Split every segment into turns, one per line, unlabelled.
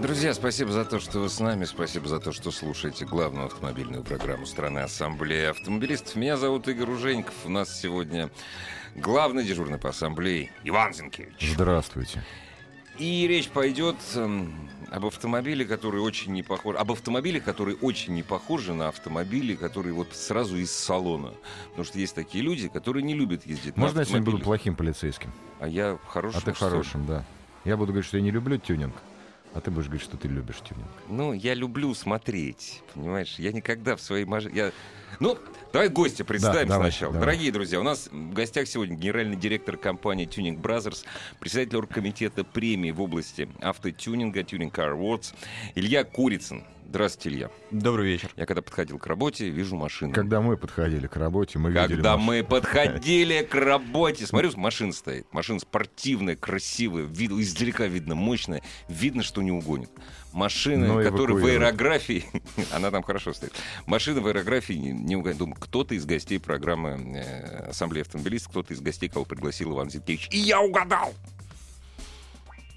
Друзья, спасибо за то, что вы с нами, спасибо за то, что слушаете главную автомобильную программу страны Ассамблея автомобилистов. Меня зовут Игорь Уженьков. У нас сегодня главный дежурный по ассамблее Иван Зинкевич.
Здравствуйте.
И речь пойдет эм, об автомобиле, который очень не похож... Об автомобиле, который очень не похожи на автомобили, которые вот сразу из салона. Потому что есть такие люди, которые не любят ездить
Можно
на
я сегодня буду
автомобилях.
плохим полицейским?
А я хороший.
А ты хорошим, да. Я буду говорить, что я не люблю тюнинг, а ты будешь говорить, что ты любишь тюнинг.
Ну, я люблю смотреть, понимаешь? Я никогда в своей машине... Я... Ну, давай гостя представим
давай,
сначала.
давай.
Дорогие друзья, у нас в гостях сегодня генеральный директор компании Tuning Brothers, председатель оргкомитета премии в области автотюнинга Tuning Car Awards Илья Курицын. Здравствуйте, Илья.
Добрый вечер.
Я когда подходил к работе, вижу машину.
Когда мы подходили к работе, мы видели...
Когда
машину.
мы подходили к работе, смотрю, машина стоит. Машина спортивная, красивая, вид- издалека видно, мощная. Видно, что не угонит. Машина,
Но
которая в
эвакуирует.
аэрографии... она там хорошо стоит. Машина в аэрографии не, не угонит. Думаю, кто-то из гостей программы э, Ассамблеи автомобилистов, кто-то из гостей, кого пригласил Иван Зинкевич. И я угадал!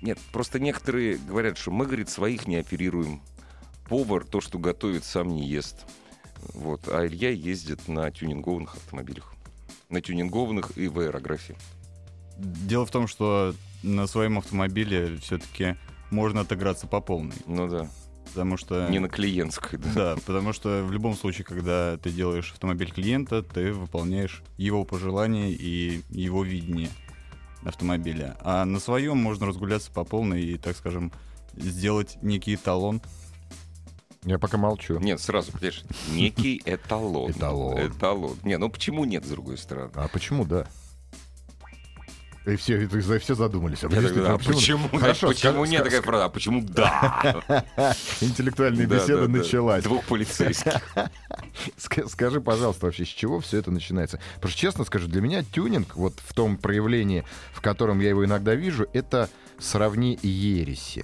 Нет, просто некоторые говорят, что мы, говорит, своих не оперируем. Повар то, что готовит, сам не ест. Вот. А Илья ездит на тюнингованных автомобилях. На тюнингованных и в аэрографе.
Дело в том, что на своем автомобиле все-таки можно отыграться по полной,
Ну да.
потому что...
Не на клиентской, да.
Да, потому что в любом случае, когда ты делаешь автомобиль клиента, ты выполняешь его пожелания и его видение автомобиля. А на своем можно разгуляться по полной и, так скажем, сделать некий эталон.
Я пока молчу.
Нет, сразу, понимаешь, некий эталон.
Эталон.
Эталон. Не, ну почему нет, с другой стороны?
А почему да? И все, и за- все задумались. А
Я так
действительно,
говорю, а почему, да,
Хорошо,
почему
ска-
нет
ска-
такая фраза? А почему да?
Интеллектуальная
Да,
беседа
да, да.
началась.
Двух полицейских.
Ска- Скажи, пожалуйста, вообще, с чего все это начинается? Потому что, честно скажу, для меня тюнинг, вот в том проявлении, в котором я его иногда вижу, это сравни ереси.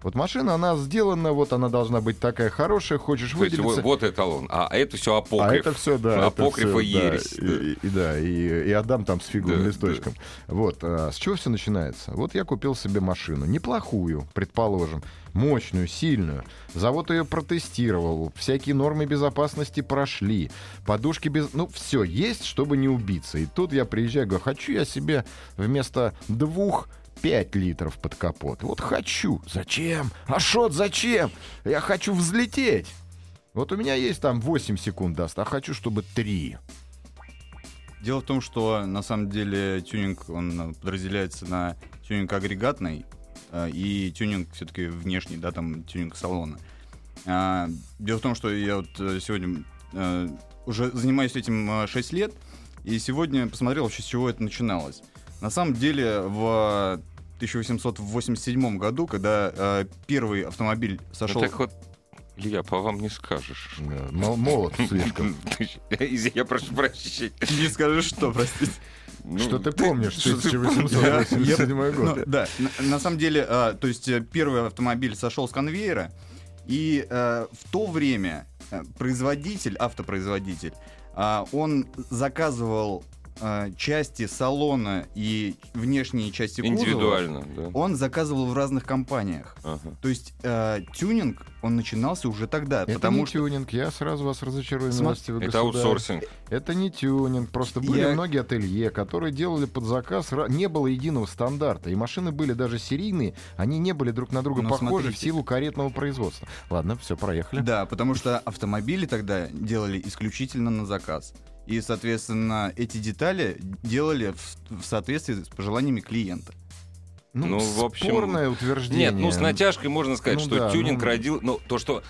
Вот машина, она сделана, вот она должна быть такая хорошая, хочешь
То есть
выделиться.
вот вот эталон. А это все апокриф.
А это все, да. это
Апокриф
всё,
и
да,
ересь.
и- и- и Да, и, и отдам там с фиговым
Да,
листочком. Вот, а, с чего все начинается? Вот я купил себе машину, неплохую, предположим, мощную, сильную. Завод ее протестировал, всякие нормы безопасности прошли, подушки без... Ну, все есть, чтобы не убиться. И тут я приезжаю, говорю, хочу я себе вместо двух 5 литров под капот. Вот хочу. Зачем? А шот зачем? Я хочу взлететь. Вот у меня есть там 8 секунд даст, а хочу, чтобы 3.
Дело в том, что на самом деле тюнинг он э, подразделяется на тюнинг агрегатный э, и тюнинг все-таки внешний, да, там тюнинг салона. А, Дело в том, что я вот э, сегодня э, уже занимаюсь этим 6 лет, и сегодня посмотрел вообще, с чего это начиналось. На самом деле в 1887 году, когда э, первый автомобиль
Ну
сошел...
так вот, Илья, по вам не скажешь.
Э, Молод слишком.
Извини, Я прошу прощения.
Не скажи, что, простите.
Ну,
Что ты помнишь
что ты
Я-
1887
ну,
год?
Да, на, на самом деле, а, то есть э, первый автомобиль сошел с конвейера, и э, в то время э, производитель, автопроизводитель, а, он заказывал э, части салона и внешние части кузова.
Индивидуально, да.
Он заказывал в разных компаниях.
Ага.
То есть э, тюнинг, он начинался уже тогда,
Это
потому
не
что...
тюнинг, я сразу вас разочарую,
Сма-
милостивый
Это
государь.
аутсорсинг.
Это не тюнинг, просто были
Я-
многие ателье, которые делали под заказ, ра- не было единого стандарта, и машины были даже серийные, они не были друг на друга
Ну,
Но
похожи в
смотрите.
силу каретного производства. Ладно, все, проехали.
Да, потому что автомобили тогда делали исключительно на заказ. И, соответственно, эти детали делали в, в соответствии с пожеланиями клиента.
Ну,
Ну,
в общем,
спорное утверждение.
Нет, ну с натяжкой можно сказать,
Ну
что
да,
тюнинг
ну-
родил... Ну, то, что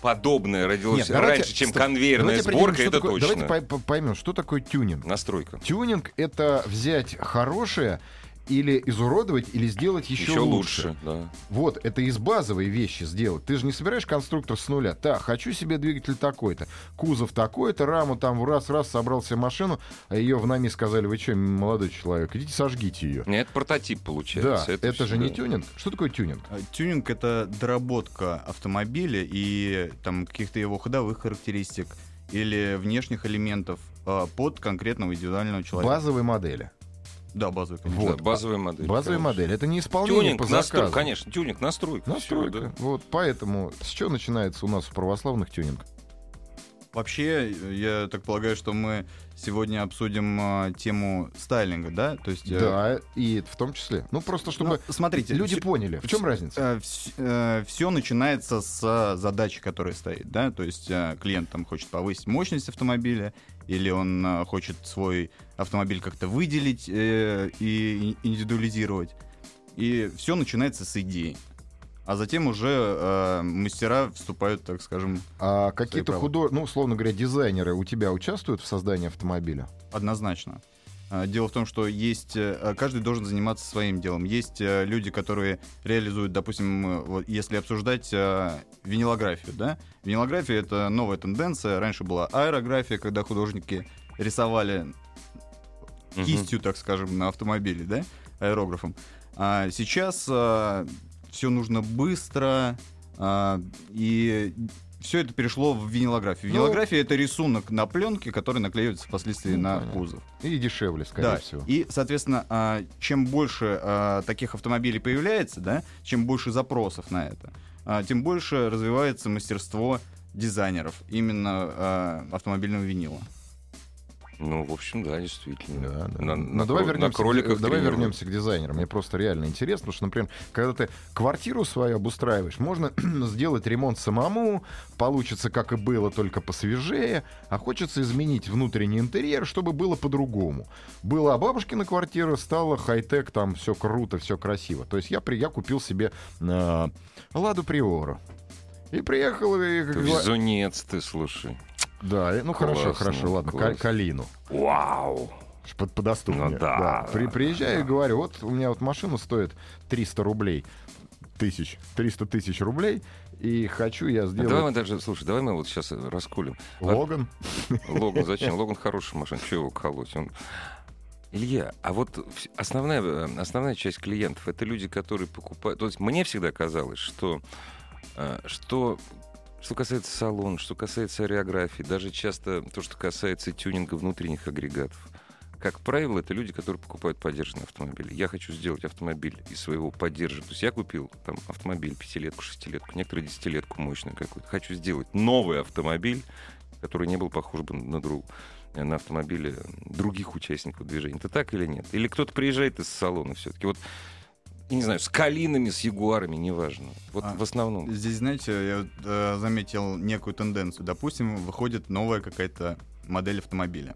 подобное родилось
Нет, давайте-
раньше, чем
стоп,
конвейерная
Давайте определим,
сборка,
что
это
такое-
точно.
Давайте пой- поймем, что такое тюнинг.
Настройка.
Тюнинг — это взять хорошее или изуродовать, или сделать еще,
Еще
лучше.
лучше, да.
Вот, это из базовой вещи сделать. Ты же не собираешь конструктор с нуля. Так, хочу себе двигатель такой-то, кузов такой-то, раму там в раз-раз собрал себе машину, а ее в НАМИ сказали, вы что, молодой человек, идите сожгите ее.
Не, Это прототип
Да,
получается.
это,
всё,
же не
да.
тюнинг. Что такое тюнинг?
Э, Тюнинг — это доработка автомобиля и там каких-то его ходовых характеристик или внешних элементов э, под конкретного индивидуального человека.
Базовые модели.
Да, базовый,
Да,
конечно.
Вот.
базовая модель.
Базовая
конечно.
модель. Это не исполнение
Тюнинг,
по
настройка,
заказу.
конечно, тюнинг, настройка.
Настройка.
всё, да.
Вот поэтому с чего начинается у нас у православных тюнинг?
Вообще, я так полагаю, что мы сегодня обсудим э, тему стайлинга, да? То есть, э,
Да, и в том числе. Ну просто чтобы
ну, смотрите,
люди
всё-
поняли, в чем
всё-
разница.
э, вс- э, все начинается с э, задачи, которая стоит, да, то есть э, клиент там хочет повысить мощность автомобиля, или он э, хочет свой автомобиль как-то выделить э, и ин- индивидуализировать. И все начинается с идеи. А затем уже э, мастера вступают, так скажем,
А какие-то
права.
худо... ну, условно говоря, дизайнеры у тебя участвуют в создании автомобиля?
Однозначно. А, Дело в том, что есть э, а, каждый должен заниматься своим делом. Есть э, люди, которые реализуют, допустим, э, вот если обсуждать э, винилографию, да? Винилография это новая тенденция. Раньше была аэрография, когда художники рисовали
Мгм.
кистью, так скажем, на автомобиле, да, аэрографом. А сейчас все нужно быстро, а, и все это перешло в винилографию.
Ну-
Винилография это рисунок на пленке, который наклеивается впоследствии
Ну,
на
понятно.
кузов.
И дешевле, скорее
да.
всего.
И, соответственно, а, чем больше а, таких автомобилей появляется, да, чем больше запросов на это, а, тем больше развивается мастерство дизайнеров именно а, автомобильного винила.
Ну, в общем, да, действительно.
Да, да.
На,
Ну,
на
давай
кро- на
вернемся, к-
кроликах
давай
тренировать.
вернемся к дизайнерам. Мне просто реально интересно, потому что, например, когда ты квартиру свою обустраиваешь, можно сделать ремонт самому, получится как и было, только посвежее, а хочется изменить внутренний интерьер, чтобы было по-другому. Была бабушкина квартира, стало хай-тек, там все круто, все красиво. То есть я, при, я купил себе э, Ладу Приору. И приехал, и, как
Ты
говоря-
везунец ты, слушай.
да, и- ну хорошо,
Классно,
хорошо, ладно, Ка-
классно.
Калину.
Вау!
Ж Под, подоступнее.
Ну да, да,
При,
да,
приезжаю и говорю, вот у меня вот машина стоит 300 рублей, тысяч, 300 тысяч рублей, и хочу я
А Давай мы
сделать
даже, слушай, давай мы вот сейчас расколем.
Логан.
Логан, зачем? Логан хороший машина, чего его колоть? Он... Илья, а вот вс- основная, э, основная часть клиентов это люди, которые покупают. То есть мне всегда казалось, что, э, что что касается салона, что касается аэрографии, даже часто то, что касается тюнинга внутренних агрегатов, как правило, это люди, которые покупают подержанные автомобили. Я хочу сделать автомобиль из своего поддержанного. То есть я купил там автомобиль пятилетку, шестилетку, некоторые десятилетку мощную какую-то. Хочу сделать новый автомобиль, который не был похож бы на друг э, на автомобиле других участников движения. Это так или нет? Или кто-то приезжает из салона все-таки? Вот, я не знаю, с калинами, с ягуарами, неважно. Вот
А,
в основном.
Здесь, знаете, я вот, э, заметил некую тенденцию. Допустим, выходит новая какая-то модель автомобиля.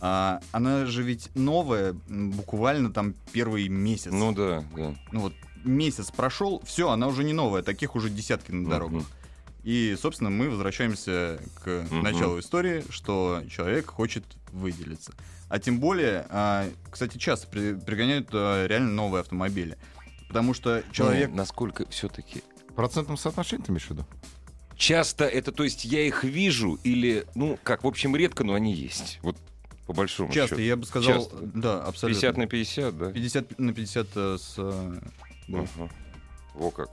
А, она же ведь новая, м, буквально там первый месяц.
Ну да, да.
Ну вот месяц прошел, все, она уже не новая, таких уже десятки на
Ну,
дорогах. И, собственно, мы возвращаемся к
Мгм.
началу истории, что человек хочет выделиться. А тем более, а, кстати, часто при- пригоняют а, реально новые автомобили. Потому что человек...
человек насколько все-таки
В процентном соотношении ты имеешь в виду?
часто это, то есть я их вижу или ну как, в общем редко, но они есть. Вот по большому
Часто,
счету.
я бы сказал,
Часто.
да, абсолютно.
50 на 50, да?
50 на 50 э, с... э, был.
Ага. Во как.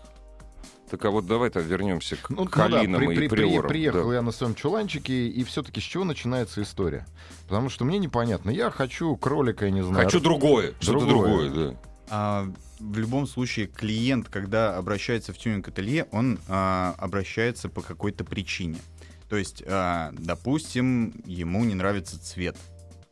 Так а вот давай то вернемся к
Ну, ну да,
Калинам
при-
и
при- при-
Приорам.
приехал
Да.
я на своем чуланчике, и все-таки с чего начинается история? Потому что мне непонятно. Я хочу кролика, я не знаю.
Хочу другое, что-то
Другое.
другое, да.
А, в любом случае, клиент, когда обращается в тюнинг-ателье, он а, обращается по какой-то причине. То есть, а, допустим, ему не нравится цвет.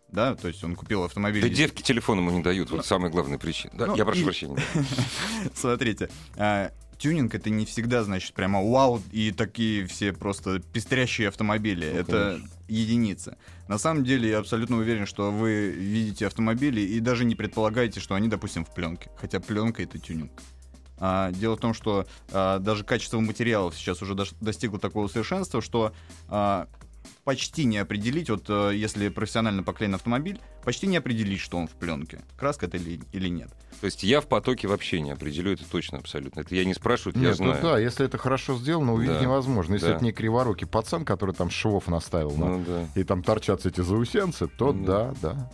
Да, то есть он купил автомобиль.
Да девки телефон ему не дают,
Ну,
вот самая главная причина. Да,
Ну,
я прошу
и-
прощения.
Смотрите, а, тюнинг это не всегда значит прямо вау и такие все просто пестрящие автомобили.
Ну,
это единицы. На самом деле я абсолютно уверен, что вы видите автомобили и даже не предполагаете, что они, допустим, в пленке. Хотя пленка это тюнинг. А, дело в том, что а, даже качество материалов сейчас уже дош- достигло такого совершенства, что а, почти не определить, вот э, если профессионально поклеен автомобиль, почти не определить, что он в пленке, краска это или, или нет.
То есть я в потоке вообще не определю, это точно абсолютно. Это я не спрашиваю, это я
Нет, ну
знаю.
да, если это хорошо сделано, увидеть
Да.
невозможно. Если
Да.
это не криворукий пацан, который там швов наставил, на-
Ну да.
и там торчатся эти заусенцы, то
Ну
да, да.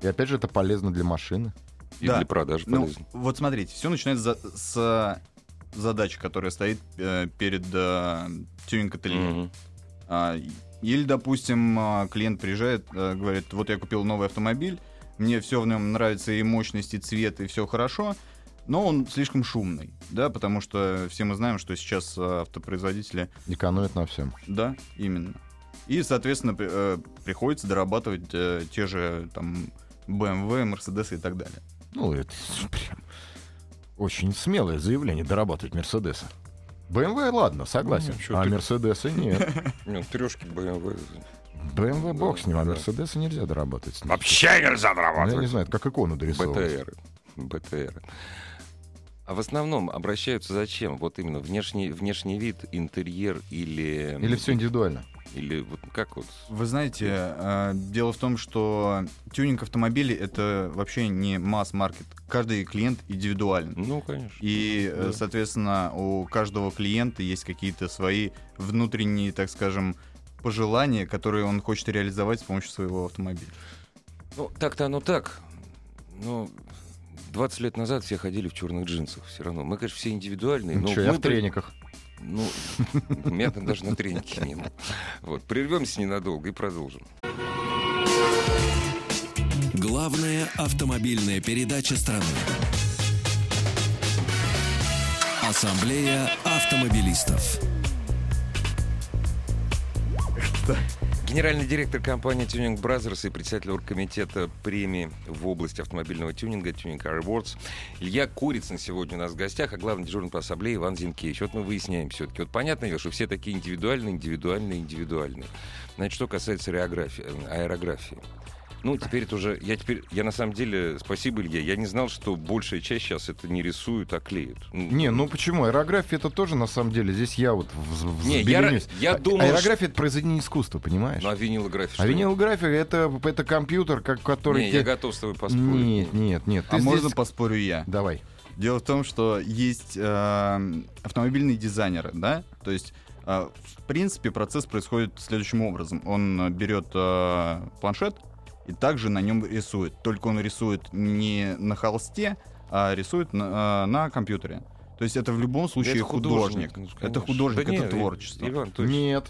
И опять же, это полезно для машины.
И
Да.
для продаж
Ну,
полезно.
вот смотрите, все начинается за- с э, задачи, которая стоит э, перед э, тюнинг-ателье.
Мгм.
А, Или, допустим, а, клиент приезжает, э, говорит, вот я купил новый автомобиль, мне все в нем нравится, и мощность, и цвет, и все хорошо, но он слишком шумный, да, потому что все мы знаем, что сейчас э, автопроизводители,
Экономит на всем.
да, именно. И, соответственно, при- э, приходится дорабатывать э, те же там BMW, Mercedes и так далее.
Ну, это прям очень смелое заявление дорабатывать Мерседеса. БМВ, ладно, согласен.
Ну, чё
а
ты-
Мерседеса нет.
Ну, трешки BMW.
БМВ бог с ним, а
Ну, Да.
Мерседеса нельзя дорабатывать. с ним.
Вообще нельзя
Ну, Я не
дорабатывать.
знаю, это как икону дорисовывать.
БТР. БТР. А в основном обращаются зачем? Вот именно внешний, внешний вид, интерьер или...
Или все индивидуально.
Или вот как вот?
Вы знаете, э, дело в том, что тюнинг автомобилей это вообще не масс-маркет. Каждый клиент индивидуален.
Ну, конечно.
И, э,
Да.
соответственно, у каждого клиента есть какие-то свои внутренние, так скажем, пожелания, которые он хочет реализовать с помощью своего автомобиля.
Ну, так-то оно так. Но 20 лет назад все ходили в черных джинсах все равно. Мы, конечно, все индивидуальные. но
Ну, чё, я
мы
в трениках.
Ну, у меня там даже на тренике не было. Вот, прервемся ненадолго и продолжим.
Главная автомобильная передача страны. Ассамблея автомобилистов.
Генеральный директор компании Tuning Brothers и председатель оргкомитета премии в области автомобильного тюнинга Tuning Car Awards Илья Курицын сегодня у нас в гостях, а главный дежурный по ассамблее Иван Зинкевич. Вот мы выясняем все-таки. Вот понятное дело, что все такие индивидуальные, индивидуальные, индивидуальные. Значит, что касается реографии, э, аэрографии. Ну, теперь это уже... Я теперь... Я на самом деле... Спасибо, Илья. Я не знал, что большая часть сейчас это не рисуют, а клеят. Ну,
Не, ну почему? Аэрография это тоже на самом деле. Здесь я вот вз-
Не, я ра-
взбеленюсь.
я
А-
думал,
Аэрография это произведение искусства, понимаешь?
Ну, а винилография? что
А винилография это, это компьютер, как, который.
Не,
те-
я готов с тобой поспорить.
Нет, нет, нет.
а
ты
можно
здесь-
поспорю я?
Давай.
Дело в том, что есть э, автомобильные дизайнеры, да? То есть, э, в принципе, процесс происходит следующим образом. Он э, берет э, планшет и также на нем рисует. Только он рисует не на холсте, а рисует на, э, на компьютере. То есть это в любом случае
Это
художник.
ну,
Это
конечно.
художник,
Да
это
не,
творчество.
Иван, точно.
Нет.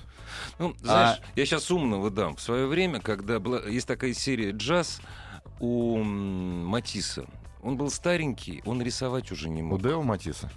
Ну,
А
знаешь, я сейчас умно выдам. В свое время, когда была, есть такая серия джаз у м, Матисса, он был старенький, он рисовать уже не
У
мог.
Део Матисса.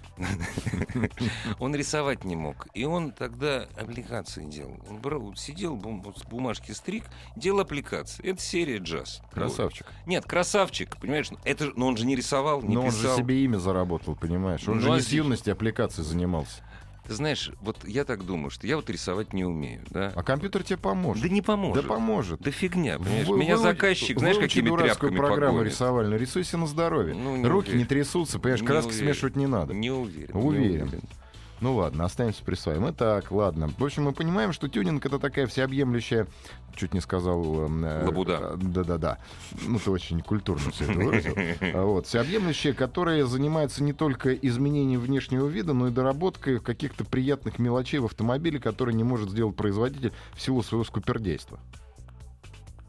Он рисовать не мог. И он тогда аппликации делал. Он брал, вот сидел, бум- вот с бумажки стрик, делал аппликации. Это серия джаз.
Красавчик.
Вот. Нет, красавчик, понимаешь? ну, Это, же- но он же не рисовал, не
Но он же
писал.
себе имя заработал, понимаешь? Он
Ну,
же
а
не с
здесь-
юности аппликацией занимался.
Ты знаешь, вот я так думаю, что я вот рисовать не умею, да?
А компьютер тебе поможет.
Да не поможет.
Да поможет.
Да фигня, понимаешь?
Вы-
Меня
выучи-
заказчик, знаешь,
выучи
какими
дурацкую
тряпками
программу
погонит.
рисовальную. Рисуй себе на здоровье.
Ну, не
Руки не
уверен.
трясутся, понимаешь,
Не
краски
уверен.
смешивать не надо.
Не уверен. не
Уверен. Ну ладно, останемся при своем. Итак, ладно. В общем, мы понимаем, что тюнинг это такая всеобъемлющая, чуть не сказал... эм, э,
Лабуда.
э, Да-да-да. Ну, ты очень культурно все это выразил. А Вот, всеобъемлющая, которая занимается не только изменением внешнего вида, но и доработкой каких-то приятных мелочей в автомобиле, которые не может сделать производитель в силу своего скупердейства.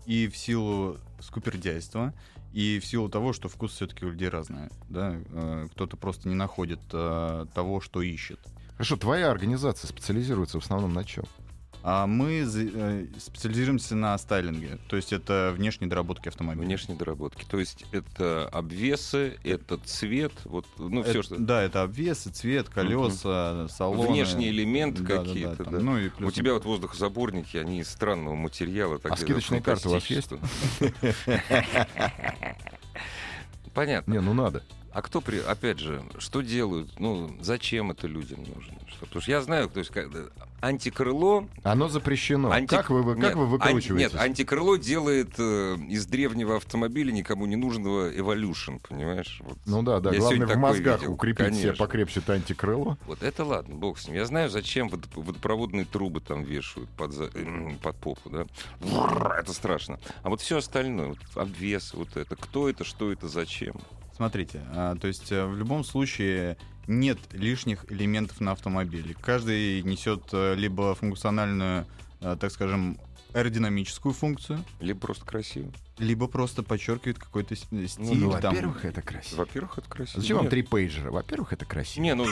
И в силу скупердяйства, и в силу того, что вкус все-таки у людей разные. Да? Э, Кто-то просто не находит э, того, что ищет.
Хорошо, А твоя организация специализируется в основном на чем?
А мы за- э, специализируемся на стайлинге, то есть это внешние доработки автомобиля.
Внешней доработки. То есть это обвесы, это цвет, вот, ну,
Это-
все, что...
Да, это обвесы, цвет, колеса, салоны.
Внешний элемент
Да-да-да,
какие-то,
там,
да.
Ну и
У
плюс-
тебя вот воздухозаборники, они из странного материала. так
А
делают,
скидочная карта у вас есть?
фантастически. Понятно.
Не, ну надо.
А кто при... Опять же, что делают? Ну, зачем это людям нужно? Что- Потому что я знаю, то есть, когда- антикрыло
Оно запрещено.
Анти-
Как, вы, вы- как
Нет,
вы
ан-
выкручиваетесь?
Нет, антикрыло делает э, из древнего автомобиля никому не нужного Evolution, понимаешь? Вот.
Ну да, да.
Я
Главное
сегодня
в
такое
мозгах
видел,
укрепить себе
конечно.
покрепче это антикрыло.
Вот это ладно, бог с ним. Я знаю, зачем водоп- водопроводные трубы там вешают под, за- э, под попу, да? Вррр, Это страшно. А вот все остальное, вот обвес, вот это, кто это, что это, зачем?
Смотрите, а, то есть э, в любом случае нет лишних элементов на автомобиле. Каждый несет э, либо функциональную, э, так скажем, аэродинамическую функцию,
Либо просто красиво.
либо просто подчеркивает какой-то с- э, стиль.
ну,
там.
это красиво. А
Во-первых, это красиво.
Зачем вам
Нет.
три пейджера? Во-первых, это красиво.
Не, ну...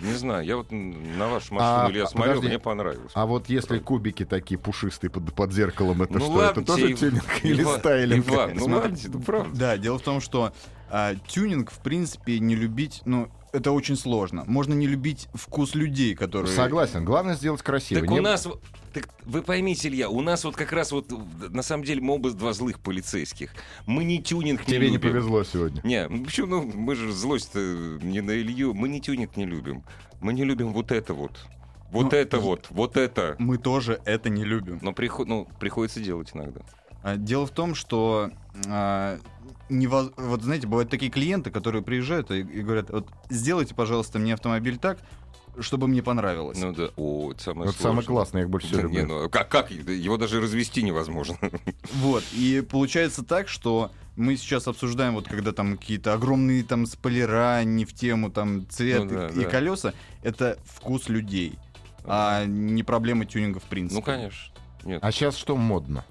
Не знаю, я вот м, на вашу машину
А,
Илья
а,
смотрел,
подожди.
мне понравилось.
А вот если кубики такие пушистые под, под зеркалом,
Ну,
это что? это
тебе,
тоже
Ив-
тюнинг или
Иван-
стайлинг?
Иван, ну ладно, тебе, ну правда.
Да, дело в том, что а, тюнинг, в принципе, не любить, ну, это очень сложно. Можно не любить вкус людей, которые...
Согласен. Главное сделать красиво.
Так
Не-
у нас, в- так вы поймите, Илья, у нас вот как раз вот, в- на самом деле, мы оба два злых полицейских. Мы не тюнинг
Тебе не
любим.
повезло сегодня.
Не, ну почему, ну, мы же злость-то не на Илью, мы не тюнинг не любим. Мы не любим вот это вот, вот
Ну,
это
я-
вот, вот это.
Мы тоже это не любим.
Но приход, ну, приходится делать иногда.
А, Дело в том, что а, невоз- вот знаете, бывают такие клиенты, которые приезжают и, и говорят, вот сделайте, пожалуйста, мне автомобиль так, чтобы мне понравилось.
Ну да, о, это самое
Это самое
сложное.
классное, я их больше всего
Да не,
люблю.
ну, как, как? Его даже развести невозможно.
Вот и получается так, что мы сейчас обсуждаем вот когда там какие-то огромные там спойлера не в тему там цвет
Ну да,
и, и
да.
колеса, это вкус людей, а не проблема тюнинга в принципе.
Ну, конечно. Нет.
А сейчас что модно?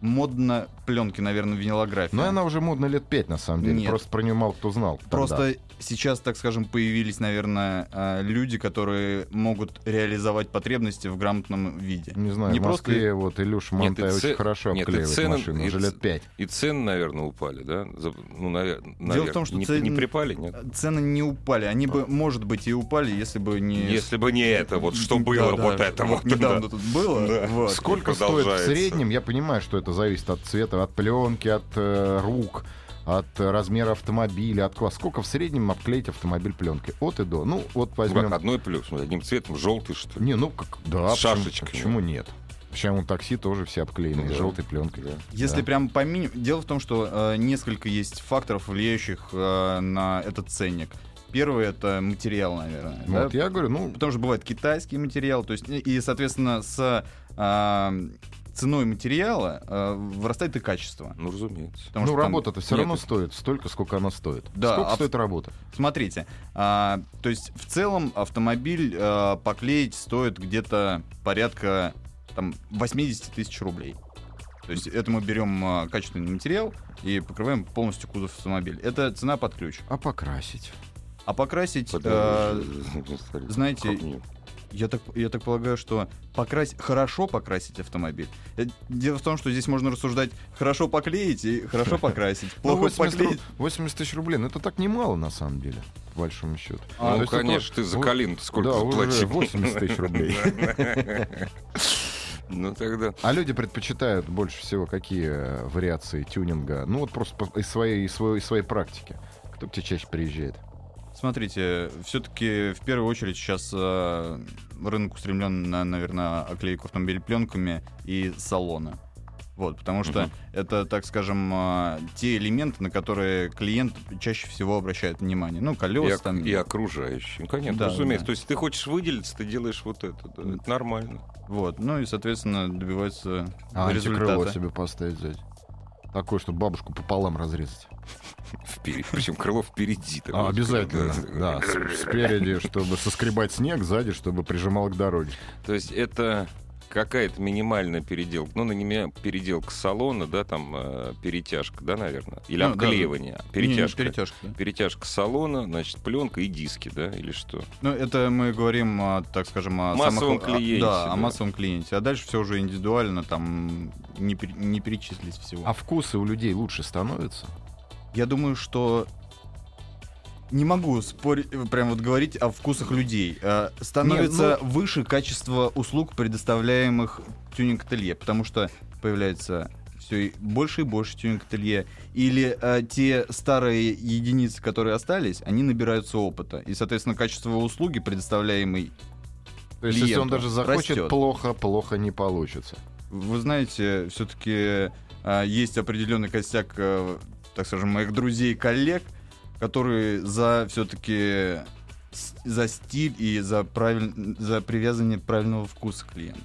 Модно пленки, наверное, винилография.
Ну, она уже модна лет пять, на самом деле.
Нет.
Просто про нее мало кто знал. тогда.
Просто сейчас, так скажем, появились, наверное, э, люди, которые могут реализовать потребности в грамотном виде.
Не знаю,
не
в Москве вот Илюша
Нет, и
Монтай
ц-
очень хорошо
нет, и
обклеивает
цены-
машину,
и
уже
ц-
лет пять.
И цены, наверное, упали, да? За- Ну, навер-
Дело
навер-
в том, что
не,
цен-
не припали, нет?
Цены не упали. Они бы, может быть, и упали, если бы не...
А. Если бы не это вот, что
Да,
было,
да,
вот это вот.
Недавно
да.
тут было.
Да.
вот.
Сколько
и
стоит в
продолжается.
среднем? Я понимаю, что это зависит от цвета, от пленки, от э, рук, от э, размера автомобиля, от класса. Сколько в среднем обклеить автомобиль пленкой? От и до. Ну, вот
Ну, Как
возьмем...
одной плюс, одним цветом, желтый, что ли?
Не, ну, как... да,
С
почему-
шашечками.
Почему нет? Почему такси тоже все обклеены
Ну да.
желтой пленкой.
Да.
Если
Да.
прям по мини- Дело в том, что э, несколько есть факторов, влияющих э, на этот ценник. Первый — это материал, наверное. да?
Вот, я говорю, ну,
Потому что бывает китайский материал, то есть и, соответственно, с а, ценой материала а, вырастает и качество.
Ну, разумеется.
Потому
ну
что там-
работа-то все
нет,
равно стоит столько, сколько она стоит.
Да,
сколько
а в-
стоит работа?
Смотрите, а, то есть в целом автомобиль а, поклеить стоит где-то порядка там 80 тысяч рублей. То есть это мы берем а, качественный материал и покрываем полностью кузов автомобиля. Это цена под ключ.
А покрасить?
А покрасить, а,
Подожди.
знаете,
Как мне?
Я так, я так полагаю, что покрась, хорошо покрасить автомобиль. Э, Дело в том, что здесь можно рассуждать хорошо поклеить и хорошо покрасить.
Ну,
Плохо
80, ру-
поклеить.
80 тысяч рублей, ну это так немало на самом деле, по большому счету. То
А,
ну,
есть это-
конечно, ты за
вот-
калин сколько
да, уже
заплатил.
80 тысяч рублей.
Ну, тогда...
А люди предпочитают больше всего какие э, вариации тюнинга? Ну вот просто по- из своей, из своей, из своей практики. Кто к тебе чаще приезжает?
Смотрите, все-таки в первую очередь сейчас э, рынок устремлен на, наверное, оклейку автомобиля пленками и салона. Вот, потому что
Мгм.
это, так скажем, э, те элементы, на которые клиент чаще всего обращает внимание. Ну,
И,
колеса
ок-
там.
и окружающим, конечно,
Да,
разумеется.
да.
То есть ты хочешь выделиться, ты делаешь вот это, да, это нормально.
Вот, ну и, соответственно, добивается
А антикрыло
результата.
себе поставить взять? Такое, чтобы бабушку пополам разрезать.
Впереди, причем крыло впереди. там,
А,
вот,
обязательно, да.
да.
с- Спереди, чтобы соскребать снег, сзади, чтобы прижимал к дороге.
То есть это какая-то минимальная переделка, ну, на меня переделка салона, да, там э, перетяжка, да, наверное, или
Ну, да, да.
обклеивание,
Не, не
перетяжка.
перетяжка, да.
Перетяжка салона, значит, пленка и диски, да, или что?
Ну, это мы говорим, а, так скажем, о
Массовом
самых- а,
клиенте,
Да,
да.
о массовом клиенте. А дальше все уже индивидуально, там не, пере- не перечислить всего.
А вкусы у людей лучше становятся?
Я думаю, что не могу спорить, прям вот говорить о вкусах людей. Э, Становится выше качество услуг, предоставляемых тюнинг-ателье, потому что появляется все больше и больше тюнинг-ателье. Или э, те старые единицы, которые остались, они набираются опыта. И, соответственно, качество услуги, предоставляемой
То есть, если он
клиенту
даже захочет,
растет.
плохо, плохо не получится.
Вы знаете, все-таки есть определенный костяк, э, так скажем, моих друзей и коллег, которые за все-таки за стиль и за, правиль- за привязывание правильного вкуса к клиенту.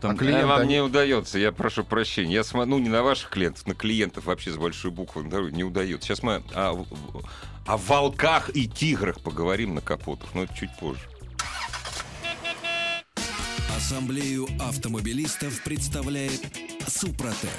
Там-
А клиент-
Вам
они-
не удается, я прошу прощения. Я смотрю, ну, не на ваших клиентов, на клиентов вообще с большой буквы на дороге не удается. Сейчас мы о, в- о волках и тиграх поговорим на капотах, но это чуть позже.
Ассамблею автомобилистов представляет Супротек.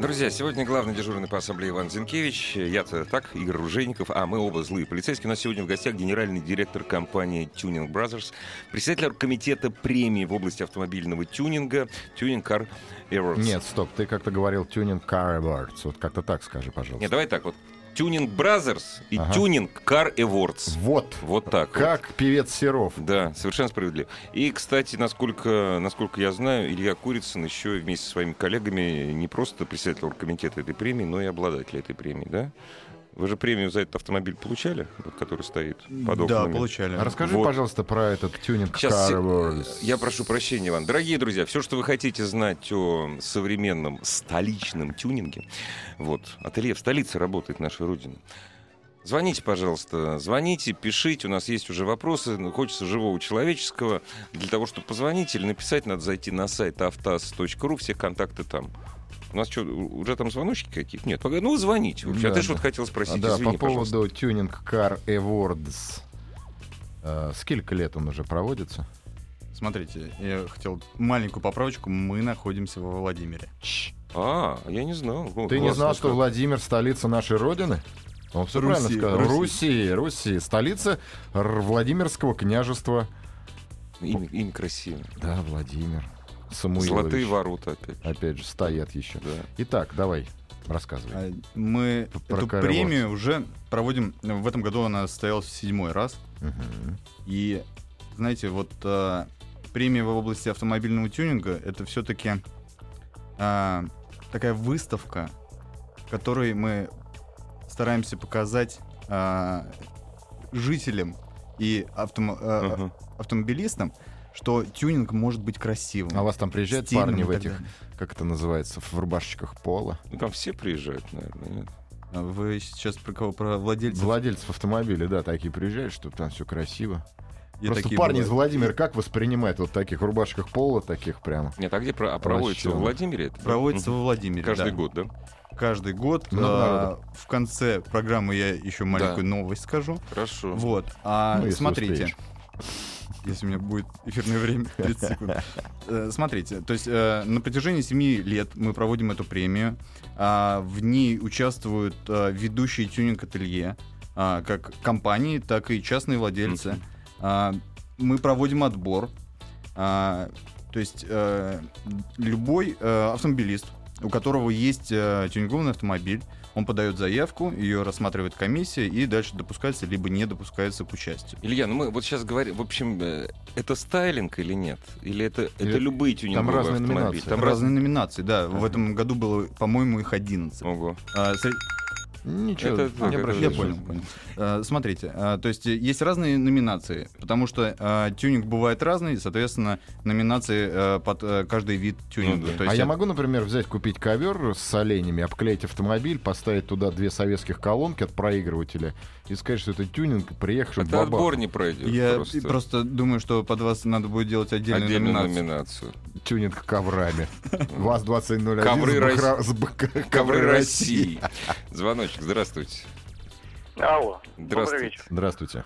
Друзья, сегодня главный дежурный по ассамблее Иван Зинкевич, я-то так, Игорь Ружейников, а мы оба злые полицейские. У нас сегодня в гостях генеральный директор компании Tuning Brothers, председатель комитета премии в области автомобильного тюнинга Tuning Car Awards.
Нет, стоп, ты как-то говорил тюнинг Car Awards. Вот как-то так скажи, пожалуйста.
Нет, давай так вот. Tuning Brothers и
Ага.
Tuning Car Awards.
Вот.
Вот так. вот.
Как певец Серов.
Да, совершенно справедливо. И, кстати, насколько, насколько я знаю, Илья Курицын еще вместе со своими коллегами не просто председатель оргкомитета этой премии, но и обладатель этой премии, да? Вы же премию за этот автомобиль получали, вот, который стоит под
да,
окнами?
получали.
Расскажи,
Вот.
пожалуйста, про этот тюнинг
Сейчас
Car Awards.
я прошу прощения, Иван. Дорогие друзья, все, что вы хотите знать о современном столичном тюнинге, вот, ателье в столице работает наша Родина. Звоните, пожалуйста, звоните, пишите, у нас есть уже вопросы, ну, хочется живого человеческого. Для того, чтобы позвонить или написать, надо зайти на сайт автаз.ру, все контакты там. У нас что, уже там звоночки какие-то? Нет, погоди, ну звоните. вообще. а
Да,
ты что
да.
вот хотел
А,
спросить,
да,
извини,
по
пожалуйста.
поводу тюнинг Car Awards. Э, Сколько лет он уже проводится?
Смотрите, я хотел маленькую поправочку. Мы находимся во Владимире.
А, я не знал. Ну,
Ты не
классно,
знал, что Владимир столица нашей родины? Он все
Руси,
правильно сказал. Руси,
Руси.
Руси. Столица Р- Владимирского княжества.
Имя, имя красивое.
Да, Владимир. Самуилович.
Золотые ворота опять.
Опять же, стоят еще.
Да.
Итак, давай, рассказывай.
А Мы
Про
эту
Car Awards.
премию уже проводим. В этом году она состоялась в седьмой раз.
Мгм.
И, знаете, вот э, премия в области автомобильного тюнинга это все-таки такая выставка, в которой мы стараемся показать э, жителям и автомо- э,
Ага.
автомобилистам, что тюнинг может быть красивым.
А вас там приезжают
стильным
парни
и
в
так
этих,
далее.
как это называется, в рубашечках пола?
Ну, там все приезжают, наверное. нет?
А Вы сейчас про кого? Про владельцев?
Владельцев автомобилей, да, такие приезжают, чтобы там все красиво.
И
Просто
такие
парни
бывают.
из Владимира как воспринимают вот таких в рубашках пола, таких прямо?
Нет, а где про- а проводится во
Вращёнок.
Владимире? это?
Проводится
Мгм.
во Владимире.
каждый
да.
год, да?
Каждый год.
Много
А,
народу.
в конце программы я еще маленькую новость скажу.
Хорошо.
Вот. А
Ну, если
смотрите,
успеешь.
если у меня будет эфирное время 30 секунд. Э, Смотрите, то есть э, на протяжении 7 лет мы проводим эту премию. А, В ней участвуют э, ведущие тюнинг-ателье, а, как компании, так и частные владельцы. А, Мы проводим отбор. А, То есть э, любой э, автомобилист, у которого есть э, тюнингованный автомобиль, он подает заявку, ее рассматривает комиссия и дальше допускается либо не допускается к участию.
Илья, ну мы вот сейчас говорим, в общем, э, это стайлинг или нет? Или это, это
Или-
любые тюнинговые
разные
автомобили?
номинации.
Там
Там
разные...
разные номинации, да. В этом году было, по-моему, их 11.
Ого.
А, сре-
Ничего,
Это так,
не
это
обращай
Я
Хорошо.
понял, понял. А, Смотрите, а, то есть э, есть разные номинации, потому что а, тюнинг бывает разный, соответственно, номинации э, под э, каждый вид тюнинга.
Ну да.
То
а
есть
я
это-
могу, например, взять, купить ковер с оленями, обклеить автомобиль, поставить туда две советских колонки от проигрывателя и сказать, что это тюнинг, приехавший
А ты отбор не пройдешь
Я
просто.
просто... думаю, что под вас надо будет делать отдельную,
Отдельную
номинацию.
номинацию.
тюнинг коврами. ВАЗ-2001
Ковры
с бакра-
России.
с бак-
Ковры России. Звоночек, здравствуйте.
Алло,
Здравствуйте.
добрый вечер.
Здравствуйте.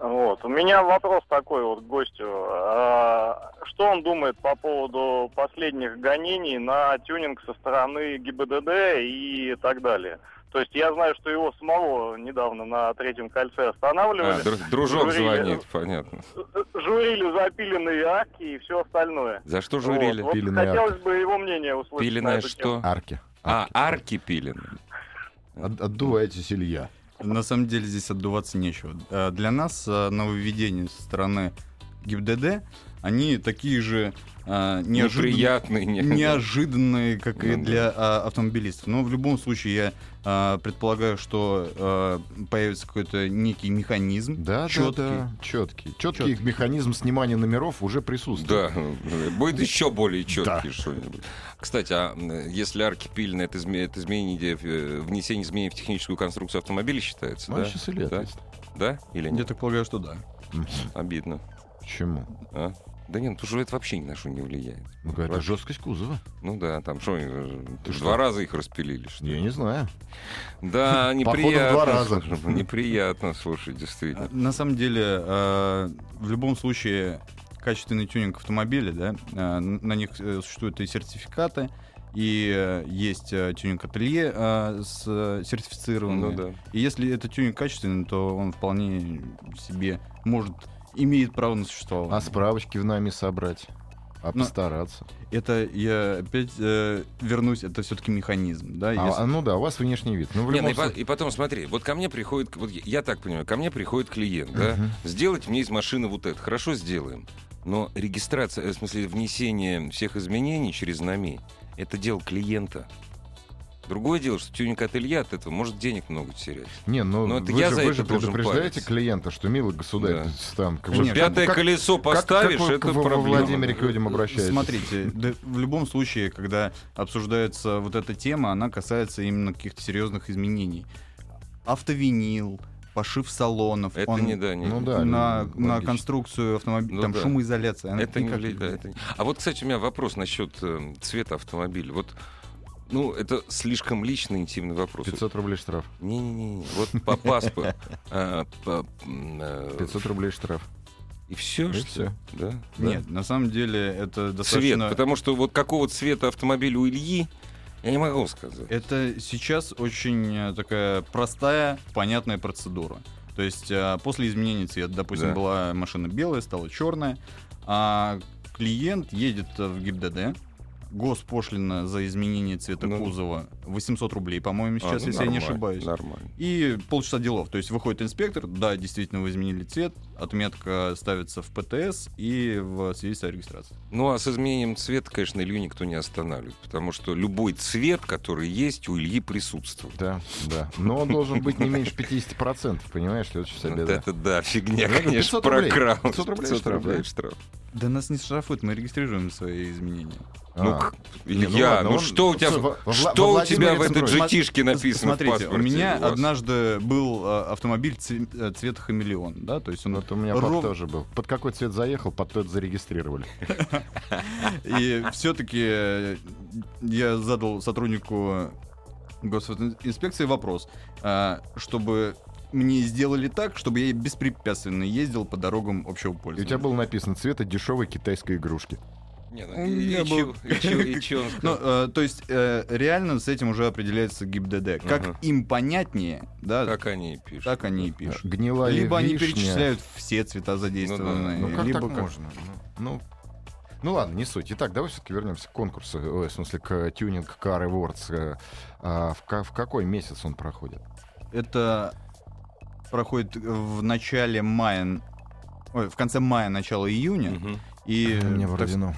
Вот, у меня вопрос такой вот к гостю. А, что он думает по поводу последних гонений на тюнинг со стороны ГИБДД и так далее? То есть я знаю, что его самого недавно на третьем кольце
А,
останавливали.
дру- дружок
Жюри.
звонит, понятно.
Журили за опиленные арки и все остальное.
За что
Вот,
журили?
вот
Пиленые
хотелось бы его мнение услышать. на
Пиленое
эту тему.
что?
Арки.
А, арки пилены.
От- Отдувайтесь, Илья.
На самом деле здесь отдуваться нечего. Э, Для нас э, нововведения со стороны ГИБДД, они такие же э, неожиданные,
Неприятные. не-
неожиданные, как и
Ну да.
для а, автомобилистов. Но в любом случае я а, предполагаю, что э, появится какой-то некий механизм
Да,
четкий.
четкий. Четкий. Четкий механизм снимания номеров уже присутствует.
Да, будет еще более четкий что-нибудь. Кстати, а э, если арки пилены, это, изме- это изменение, э, внесение изменений в техническую конструкцию автомобиля считается,
Ну,
да?
сейчас Илья
Да?
ответит.
Да? Или
Я
нет?
так полагаю, что да.
Обидно.
Почему?
а? Да нет, ну, уже это вообще ни на что не влияет.
Ну, это
Вообще.
жесткость кузова.
Ну да, там что, э,
Ты что?
два раза их распилили, что ли?
Я не знаю.
Да,
Походу, в
неприятно.
два раза.
слушай, Неприятно, слушай,
А,
действительно.
На самом деле, э, в любом случае, качественный тюнинг автомобиля, да, э, н- на них э, существуют и сертификаты, и э, есть э, тюнинг-ателье э, с э, сертифицированные.
Ну да.
И если это тюнинг качественный, то он вполне себе может имеет право на существование.
А справочки в нами собрать. А
Ну,
постараться.
Это я опять э, вернусь, это все-таки механизм, да?
А,
если-
а, ну да, у вас внешний вид. Ну, в
Не, ну
любом
и, по-
случае-
и потом смотри, вот ко мне приходит, вот я, я так понимаю, ко мне приходит клиент, да,
Мгм.
сделать мне из машины вот это, хорошо сделаем, но регистрация, э, в смысле внесение всех изменений через НАМИ, это дело клиента. Другое дело, что тюнинг ателье от этого может денег много терять.
Не, ну,
Ну, это
вы,
я
же,
за
вы
это
же
должен
предупреждаете
париться.
клиента, что, милый государь,
Да.
ты там... как
Слушай,
бы-
Пятое
как-
колесо поставишь,
как вы
это
к- во- во
проблема.
Владимире к людям обращаетесь?
Смотрите, да, в любом случае, когда обсуждается вот эта тема, она касается именно каких-то серьезных изменений. Автовинил, пошив салонов,
Это
он
не да, не.
Ну да.
на,
л-
на
логично.
конструкцию автомобиля,
Ну
там
да.
шумоизоляция. она
Это не
никак
вли- да,
влияет.
это не- А вот, кстати, у меня вопрос насчет э, цвета автомобиля. Вот, ну, это слишком личный, интимный вопрос.
500 рублей штраф.
Не-не-не, вот по паспорту. а, по, м, э,
500 рублей штраф.
И все,
И
что
всё.
ли? Да?
Нет, на самом деле это
Цвет,
достаточно...
потому что вот какого цвета автомобиль у Ильи, я не могу сказать.
Это сейчас очень э, такая простая, понятная процедура. То есть э, после изменения цвета, допустим,
Да.
была машина белая, стала черная, а клиент едет э, в ГИБДД, госпошлина за изменение цвета
Ну.
кузова 800 рублей, по-моему,
А, ну,
сейчас, если я не
нормально,
ошибаюсь.
Нормально.
И полчаса делов. То есть выходит инспектор, да, действительно, вы изменили цвет, отметка ставится в ПТС и в свидетельство о регистрации.
Ну а с изменением цвета, конечно, Илью никто не останавливает, потому что любой цвет, который есть, у Ильи присутствует.
Да, да. Но он должен быть не меньше 50%, понимаешь? Это очень вся
Вот
беда.
это да, фигня,
Ну, это
конечно,
500 рублей.
прокрал.
500 рублей штраф, да?
штраф.
Да нас не штрафуют, мы регистрируем свои изменения.
А.
Ну, к- Илья,
Не, ну ладно,
ну
он-
что у тебя,
Слушай, во- во Вла-
что
во
у тебя в этой
Владимире
Центровой.
джетишке написано в
Смотрите, у
паспорте
меня
вас?
однажды был э, автомобиль цве- э, цвета хамелеон, да, то есть он
Вот у меня
ров-
папа тоже был. Под какой цвет заехал, под тот зарегистрировали.
и все-таки я задал сотруднику госинспекции вопрос, а, чтобы мне сделали так, чтобы я беспрепятственно ездил по дорогам общего
И у
пользования.
тебя было написано цвета дешевой китайской игрушки.
Не, ну,
У
и-
меня
и чё-
был-
и чё- и чё он сказал?
Ну, э, то есть э, реально с этим уже определяется ГИБДД. Как
Ага.
им понятнее, да,
Как они пишут.
так они и пишут.
Гнилая
Либо они
вишня.
перечисляют все цвета задействованные,
Ну как
либо
так
как-
можно? Ну, ну ладно, не суть. Итак, давай все-таки вернемся к конкурсу, ой, в смысле к э, тюнинг Car Awards. Э, а, в, ка- в какой месяц он проходит?
Это проходит в начале мая, ой, в конце мая, начало июня.
Мгм.
И,
Мне
так,
вроде, ну,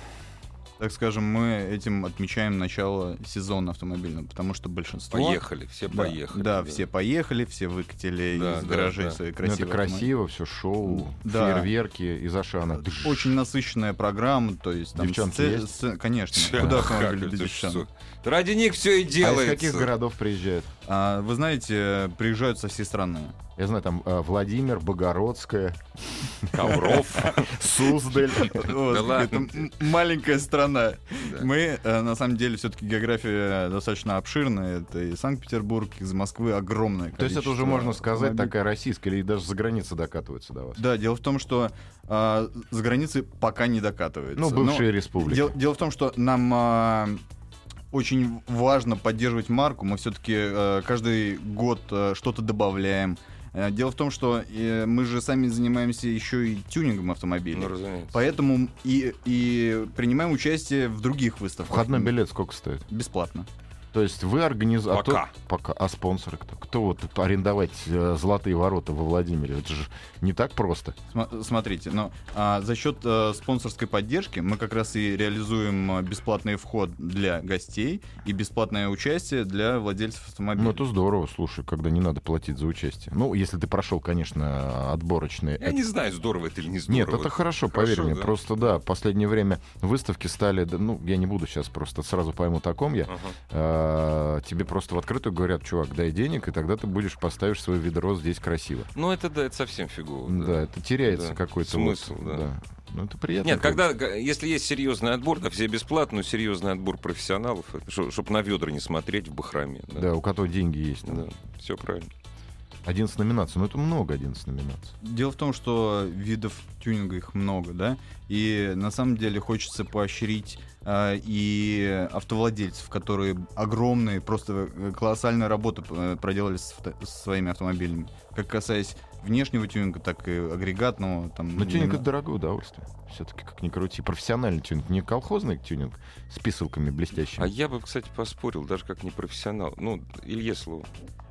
так скажем, мы этим отмечаем начало сезона автомобильного, потому что большинство...
Поехали, все
Да,
поехали.
Да, все поехали, все выкатили
Да,
из
да,
гаражей
да.
свои
ну,
красивые
это красиво, все шоу,
Да.
фейерверки из Ашана.
автомобили. Очень насыщенная программа, то есть там...
Девчонки
сце-
есть?
сце- конечно.
Всё.
Куда
Как
автомобиль без
это
девчонок?
всё? Ради них все и
А
делается.
из каких городов приезжают?
А, вы знаете, приезжают со всей страны.
Я знаю, там э, Владимир, Богородская,
Ковров.
Ну, Суздаль.
Э, Вот,
ладно
это м-
тебе.
маленькая страна.
Да.
Мы, э, на самом деле, все-таки география достаточно обширная. Это и Санкт-Петербург, из Москвы огромное
То есть это
количество
уже, можно сказать,
автомобилей.
такая российская, или даже за границей докатывается до вас. Ну,
Да, дело в том, что э, с границы пока не докатывается.
Ну,
Но
бывшие республики.
дел- дело в том, что нам а, очень важно поддерживать марку. Мы все-таки каждый год э, что-то добавляем. Э, дело в том, что э, мы же сами занимаемся еще и тюнингом автомобилей.
Ну, разумеется.
Поэтому и, и принимаем участие в других выставках.
Входной билет сколько стоит?
Бесплатно.
То есть вы организуете...
Пока.
А, то- пока. а спонсоры кто? Кто вот тут арендовать э, золотые ворота во Владимире? Это же не так просто.
Сма- Смотрите, но а, за счет э, спонсорской поддержки мы как раз и реализуем э, бесплатный вход для гостей и бесплатное участие для владельцев автомобиля.
Ну, это здорово, слушай, когда не надо платить за участие. Ну, если ты прошел, конечно, отборочные...
Я не знаю, здорово это или не здорово.
Нет, это хорошо, поверь
Хорошо,
мне.
да.
Просто да, в последнее время выставки стали, да, ну, я не буду сейчас просто сразу пойму таком я.
Ага.
А, тебе просто в открытую говорят, чувак, дай денег, и тогда ты будешь поставишь свое ведро здесь красиво.
Ну, это да, это совсем фигово.
Да, это теряется
Да.
какой-то вот,
Смысл, да.
Ну, это приятно.
Нет, когда, г- если есть серьезный отбор, да, все бесплатно, но серьезный отбор профессионалов, чтобы на ведра не смотреть в бахроме. Да,
Да, у которого деньги есть. ну,
все правильно.
11 номинаций, ну это много 11 номинаций.
Дело в том, что видов тюнинга их много, да, и на самом деле хочется поощрить э, и автовладельцев, которые огромные, просто э, колоссальную работу э, проделали с, авто- со своими автомобилями, как касаясь внешнего тюнинга, так и агрегатного. Там,
Ну,
Но Ну, тюнинг
именно-
это дорогое удовольствие. Все-таки как ни крути. Профессиональный тюнинг, не колхозный тюнинг с писалками блестящими.
А я бы, кстати, поспорил, даже как не профессионал. Ну, Илье слово.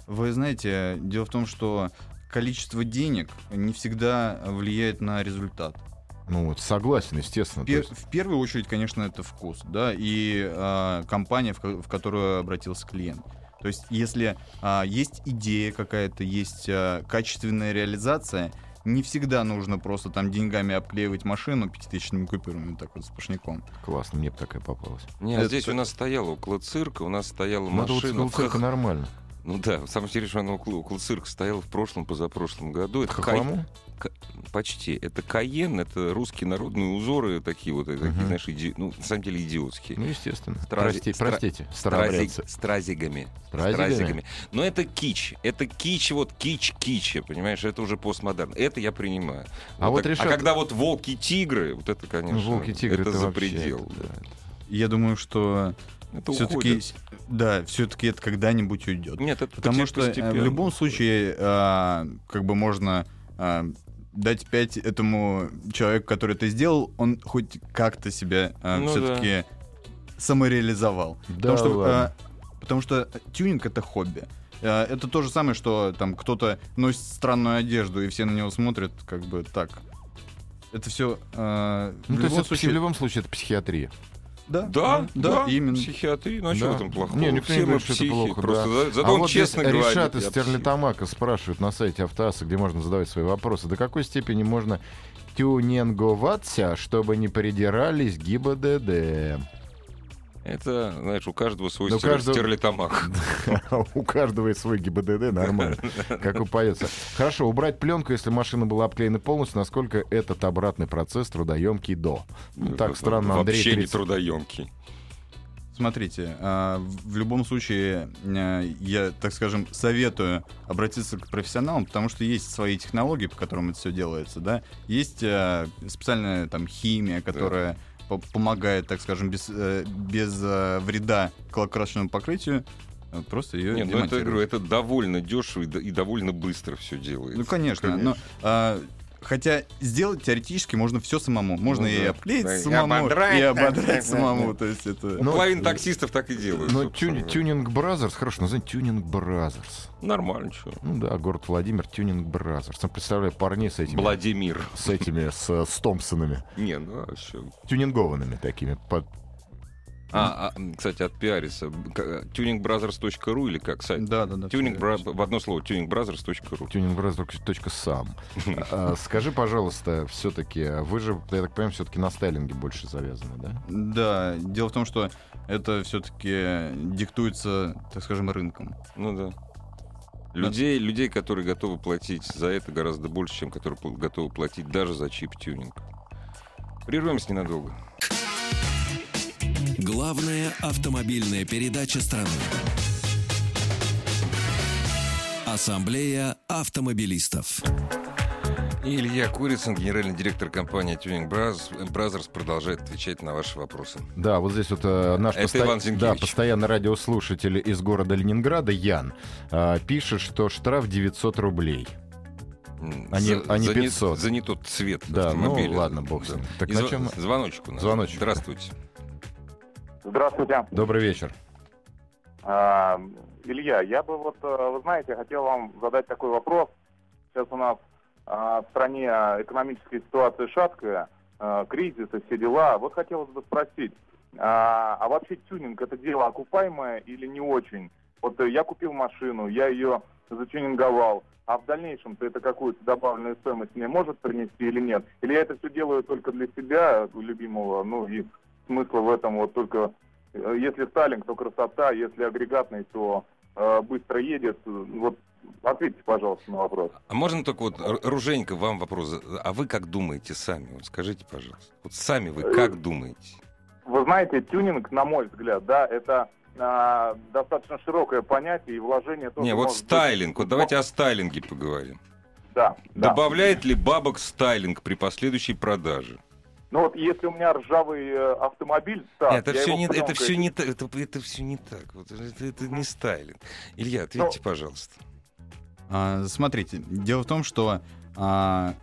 Вы знаете, дело в том, что количество денег не всегда влияет на результат.
А
Ну вот, согласен, естественно. то
Пе-
есть
в первую очередь, конечно, это вкус, да, и а, компания, в, ко- в которую обратился клиент. То есть, если а, есть идея какая-то, есть а, качественная реализация, не всегда нужно просто там деньгами обклеивать машину пятитысячными купюрами, так вот с пушняком.
классно, мне бы такая попалась.
Не, а
Это-
здесь у нас стояла около цирка, у нас стояла
Надо вот
машина. в
сколько
хох-
нормально.
Ну да, самое интересное, она около, около цирка стояла в прошлом, позапрошлом году. Это Кай-
Хохламу?
Почти. Это Каен, это русские народные узоры такие вот, э, такие,
Мгм.
знаешь, иди- ну, на самом деле идиотские.
Ну, естественно.
Стрази-
Прости-
стра-
Простите,
Стразиг-
старообрядцы.
Стразигами.
Стразигами?
Стразигами. Но это кич. Это кич, вот кич-кича, понимаешь? Это уже постмодерн. Это я принимаю.
А вот
так-
Решат-
а когда вот волки-тигры, вот это,
Ну,
конечно,
Волки-тигры
это,
это
за
вообще,
предел.
это, да.
Я думаю, что
Это
все-таки,
уходит.
да, все-таки это когда-нибудь уйдет.
Нет, это
Потому
поте-
что э, в
постепенно.
любом случае, а, как бы можно а, дать пять этому человеку, который это сделал, он хоть как-то себя
Ну да.
все-таки самореализовал.
Да
потому, что,
ладно. Ну,
а, потому что тюнинг это хобби. А, Это то же самое, что там кто-то носит странную одежду, и все на него смотрят, как бы так. Это э, все.
Ну, то есть это в любом случае это психиатрия.
да,
Да, да,
именно.
Психиатрия, ну а что
Да.
в этом плохого?
Не, никто
Все
не
мы
говорит, что это
психи,
плохо,
просто
да.
за- зато
а
он
вот здесь
честно говорит.
Решат из
я псих.
Стерлитамака спрашивают на сайте Автоаса, где можно задавать свои вопросы. До какой степени можно тюнинговаться, чтобы не придирались ГИБДД?
Это, знаешь, у каждого свой
Да у
стер-
каждого-
стерлитамак.
У каждого есть свой ГИБДД, нормально, как упоется. Хорошо, убрать пленку, если машина была обклеена полностью, насколько этот обратный процесс трудоемкий до? Ну, Так странно, Андрей.
Вообще не
30.
трудоемкий.
Смотрите, а, в в любом случае, э, я, так скажем, советую обратиться к профессионалам, потому что есть свои технологии, по которым это все делается, да. Есть э, специальная там химия, которая по- помогает, так скажем, без, э, без э, вреда к лакрасочному покрытию. э, Просто ее
Нет, ну это, я говорю, это довольно дешево и, до- и довольно быстро все делается.
Ну, конечно, но... а, Хотя сделать теоретически можно все самому. Можно
Ну
и
да.
обклеить
Да, и
самому,
ободрать,
и
да, да, да,
ободрать самому. То есть это...
Ну,
Половина таксистов так и делают.
Но
собственно
тю-
говоря.
Ну, Тюнинг Бразерс, хорошо, название Тюнинг Бразерс.
Нормально, что.
Ну да, город Владимир, Тюнинг Бразерс. Ну, Представляю парней с этими...
Владимир.
С этими, с, э, с Томпсонами.
Не, ну а всё.
Тюнингованными такими. Под-
А, а, м, кстати, от пиариса. К- э, Tuningbrothers.ru или как сайт?
Да, да, да.
Тюнинг
всё.
бра- в одно слово tuningbrothers.ru.
Tuningbrothers.sam. А, Скажи, пожалуйста, все-таки, вы же, я так понимаю, все-таки на стайлинге больше завязаны, да?
Да, дело в том, что это все-таки диктуется, так скажем, рынком.
Ну да. Людей, людей, которые готовы платить за это гораздо больше, чем которые пл- готовы платить даже за чип-тюнинг. Прервемся ненадолго.
Главная автомобильная передача страны. Ассамблея автомобилистов.
Илья Курицын, генеральный директор компании Tuning Braz- Brothers, продолжает отвечать на ваши вопросы.
Да, вот здесь вот э, наш
Это Иван
да,
Зинкевич.
постоянный радиослушатель из города Ленинграда, Ян, э, пишет, что штраф 900 рублей.
М,
А не- а не
за, не-
500.
за не тот цвет
Да, ну
автомобиля.
ладно, бог с ним. Так
И
на
зв-
чем-
Звоночек у нас.
Звоночек.
Здравствуйте.
Здравствуйте.
Добрый вечер.
А, Илья, я бы вот, э, вы знаете, хотел вам задать такой вопрос. Сейчас у нас а, в стране экономическая ситуация шаткая, а, кризис и все дела. Вот хотелось бы спросить, а, а вообще тюнинг это дело окупаемое или не очень? Вот э, я купил машину, я ее затюнинговал, а в дальнейшем-то это какую-то добавленную стоимость мне может принести или нет? Или я это все делаю только для себя, любимого, ну и смысла в этом вот только Э, Если Сталинг, то красота, если агрегатный, то э, быстро едет. Э, Вот ответьте, пожалуйста, на вопрос.
А можно только вот, Р- Руженька, вам вопрос. А вы как думаете сами? Вот скажите, пожалуйста. Вот сами вы как думаете?
Вы знаете, тюнинг, на мой взгляд, да, это а, достаточно широкое понятие и вложение тоже.
Не, вот
может быть-
стайлинг. Вот давайте о стайлинге поговорим.
Да, да.
Добавляет ли бабок стайлинг при последующей продаже?
Ну вот если у меня ржавый э, автомобиль, да,
это
я
все
его
не, это
пленкой-
все не, та- это, это все не так. Вот это, это не стайлинг. Илья, ответьте,
Ну,
пожалуйста.
А, Смотрите, дело в том, что а,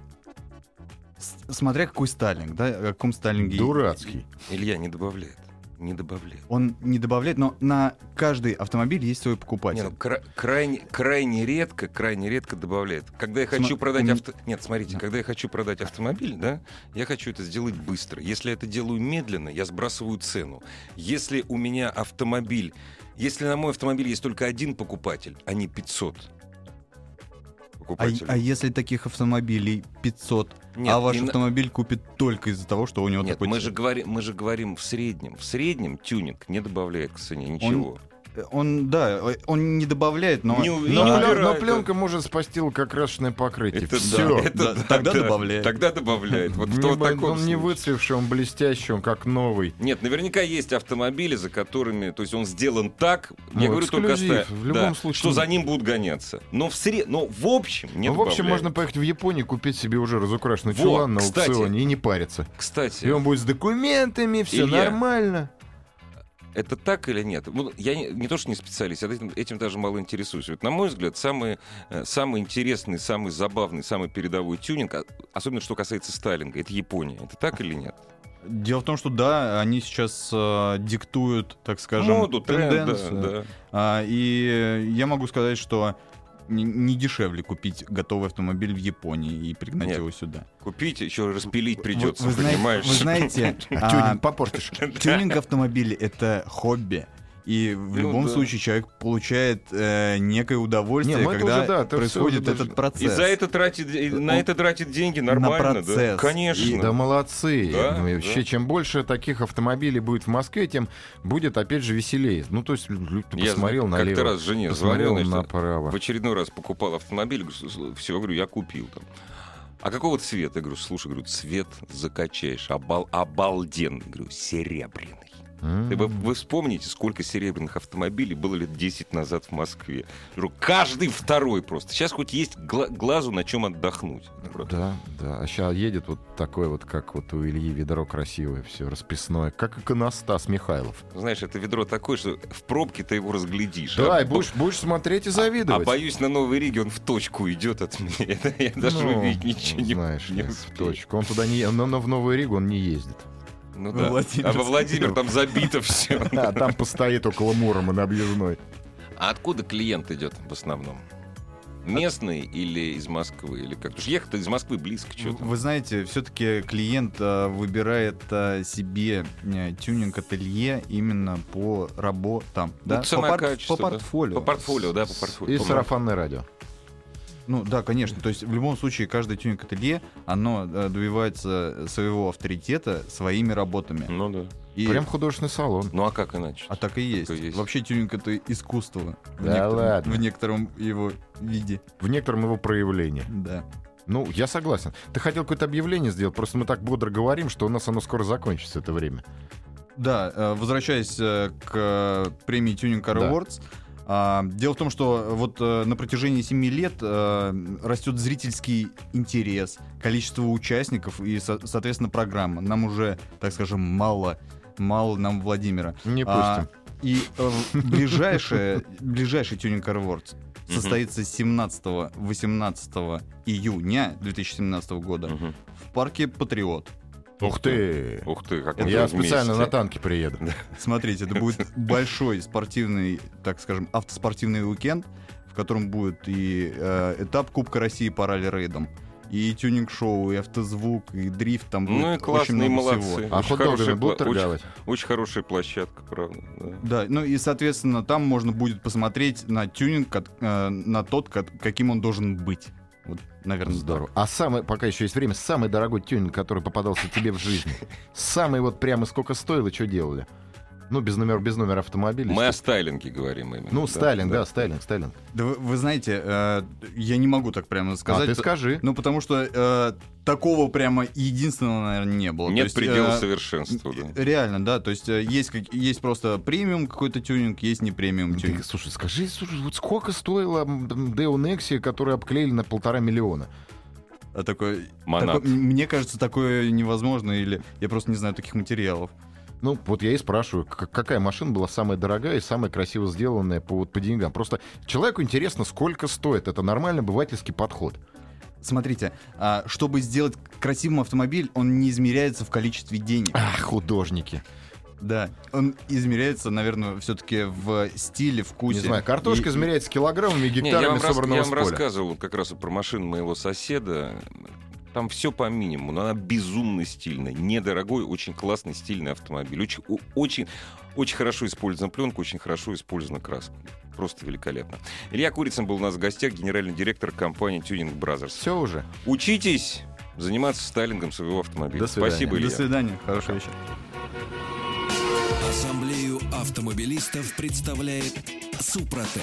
с- смотря какой Сталинг, да, о каком Сталинге...
Дурацкий.
Илья не добавляет, не добавляет.
Он не добавляет, но на каждый автомобиль есть свой
Не,
покупатель.
ну, кра- крайне, крайне редко, крайне редко добавляет. Когда я
Сма-
хочу продать
М.
авто... Нет, смотрите,
Да.
когда я хочу продать автомобиль, да, я хочу это сделать быстро. Если я это делаю медленно, я сбрасываю цену. Если у меня автомобиль... Если на мой автомобиль есть только один покупатель, а не 500
А,
покупателей.
а если таких автомобилей 500,
Нет,
а ваш
и на-
автомобиль купит только из-за того, что у него
Нет,
такой
мы
цвет?
же, говорим, мы же говорим в среднем. В среднем тюнинг не добавляет к цене ничего.
Он, да, он не добавляет, но...
Не уви-
но-
Да.
Но, плен- но
Да.
пленка может спасти лакокрашенное покрытие.
Это
Всё.
да, это
Да,
да,
тогда
да.
добавляет.
Тогда добавляет. Вот
Не
кто в
бы-
таком
он не
случае?
выцвевший, он блестящий, он как новый.
Нет, наверняка есть автомобили, за которыми, то есть он сделан так,
Ну,
я говорю только о
эксклюзив,
ста-
в любом
да,
случае.
что за ним будут гоняться. Но в сре... но в общем не
ну, в общем,
добавляет.
можно поехать в Японию, купить себе уже разукрашенный
Во,
чулан на
кстати.
аукционе и не париться.
Кстати,
И он будет с документами, все
Илья.
нормально.
это так или нет? Вот я не, не то что не специалист, я этим, этим даже мало интересуюсь. Вот, на мой взгляд, самый, э, самый интересный, самый забавный, самый передовой тюнинг, а- особенно что касается Сталинга, это Япония. Это так или нет?
Дело в том, что да, они сейчас э, диктуют, так скажем,
Моду, тренд, да, да.
А, и я могу сказать, что не, не дешевле купить готовый автомобиль в Японии и пригнать
Нет.
его сюда.
Купить, еще распилить придется,
Вы- вы знаете-
понимаешь?
Вы знаете, а,
Тюнинг попортишь.
тюнинг автомобиля — это хобби. И в
Ну
любом
да.
случае человек получает э, некое удовольствие,
Не, ну это
когда
уже да, это всё
происходит
уже
этот
даже-
процесс.
И за это тратит, и на
Он-
это тратит деньги нормально,
на
да?
процесс.
Конечно.
И-
Да молодцы.
Да,
Ну, и
да.
вообще, чем больше таких автомобилей будет в Москве, тем будет, опять же, веселее. Ну, то есть, лю- ты
Я
посмотрел налево,
Как-то раз жене
посмотрел
звонил, значит,
направо.
в очередной раз покупал автомобиль, все, говорю, я купил там. А какого цвета? Я говорю, слушай, говорю, цвет закачаешь, обал, обалденный. Говорю, серебряный.
М.
Ты Вы, вы вспомните, сколько серебряных автомобилей было лет 10 назад в Москве. Говорю, каждый второй просто. Сейчас хоть есть гла- глазу на чем отдохнуть. Это правда.
Да, да. А сейчас едет вот такой вот, как вот у Ильи ведро красивое, все расписное, как иконостас Михайлов.
Знаешь, это ведро такое, что в пробке ты его разглядишь.
Да,
А
и будешь, будешь смотреть и
А
завидовать.
боюсь, на Новой Риге он в точку идет от меня. Это я даже
Ну,
увидеть ничего не,
знаешь,
не
ли, в
успею.
точку. Он туда не, но, но в Новую Ригу он не ездит.
Ну
Во
да.
Владимир
А во Владимир там забито все.
А там постоит около Мурома на объездной.
А откуда клиент идет в основном? Местный или из Москвы? Или как? Потому что ехать из Москвы близко что-то.
Вы знаете, все-таки клиент а, выбирает а, себе э, тюнинг-ателье именно по работам. да? по,
цена,
порт-
Ну, качество,
по
да.
портфолио.
По портфолио, да, по портфолио.
И
По-
сарафанное радио.
Ну да, конечно. То есть в любом случае каждое тюнинг-ателье, оно э, добивается своего авторитета своими работами.
Ну да.
И...
Прям художественный салон.
Ну а как иначе?
А так и есть.
и есть.
Вообще тюнинг это искусство. в
Да
некотором-
ладно.
В некотором его виде.
В некотором его проявлении.
Да.
Ну, я согласен. Ты хотел какое-то объявление сделать, просто мы так бодро говорим, что у нас оно скоро закончится, это время.
Да, э, возвращаясь э, к э, премии Тюнинг Car
Да.
Awards, А, Дело в том, что вот э, на протяжении 7 лет э, растет зрительский интерес, количество участников и, со- соответственно, программа. Нам уже, так скажем, мало, мало нам Владимира.
Не
А,
пустим.
и э, ближайшее- ближайший Tuning Awards
Мгм.
состоится 17-18 июня 2017 года
Мгм.
в парке Патриот.
Ух ты!
Ух ты, как
Я специально на танке приеду.
Смотрите, это будет большой спортивный, так скажем, автоспортивный уикенд, в котором будет и э, этап Кубка России по ралли-рейдам, и тюнинг-шоу, и автозвук, и дрифт, там будет
Ну и
очень
классные
много
молодцы.
всего.
А
Очень
хот-догами
хорошая
будут
пла- очень-
торговать?
Очень хорошая площадка, правда. да.
Да, ну и, соответственно, там можно будет посмотреть на тюнинг, кат- э, на тот, кат- каким он должен быть. Вот, наверное,
Здорово. А самый, пока еще есть время, самый дорогой тюнинг, который попадался тебе в жизни. Самый вот прямо сколько стоил и что делали? Ну, без номер, без номера автомобиля.
Мы о
естественно.
стайлинге говорим именно.
Ну,
да,
Сталин, да, Сталин, Сталин.
Да вы, вы знаете, э, я не могу так прямо
А
сказать.
ты скажи.
Ну, потому что э, такого прямо единственного, наверное, не было.
Нет
То есть,
предела
э,
совершенства. да.
Реально, да. То есть э, есть, как- есть просто премиум какой-то тюнинг, есть не премиум
Ты,
тюнинг.
слушай, скажи, слушай, вот сколько стоило м, Део Некси, который обклеили на полтора миллиона?
А такой,
Монат.
такой- мне кажется, такое невозможно, или я просто не знаю таких материалов.
Ну, вот я и спрашиваю, к- какая машина была самая дорогая и самая красиво сделанная по, вот, по деньгам. Просто человеку интересно, сколько стоит. Это нормальный обывательский подход.
Смотрите, а, чтобы сделать красивым автомобиль, он не измеряется в количестве денег.
А, художники.
Да, он измеряется, наверное, все-таки в стиле, вкусе.
Не знаю, картошка
И-
измеряется килограммами и
Не, я
гектарами
вам, рас-
собранного
я
с
вам
поля.
рассказывал как раз про машину моего соседа. Там все по минимуму, но она безумно стильная, недорогой, очень классный стильный автомобиль. Очень, о- очень, очень хорошо использована пленка, очень хорошо использована краска. Просто великолепно. Илья Курицын был у нас в гостях, генеральный директор компании Tuning Brothers.
Все уже.
Учитесь заниматься стайлингом своего автомобиля.
До свидания.
Спасибо,
До
Илья.
свидания, хорошего вечера.
Ассамблею автомобилистов представляет Супротек.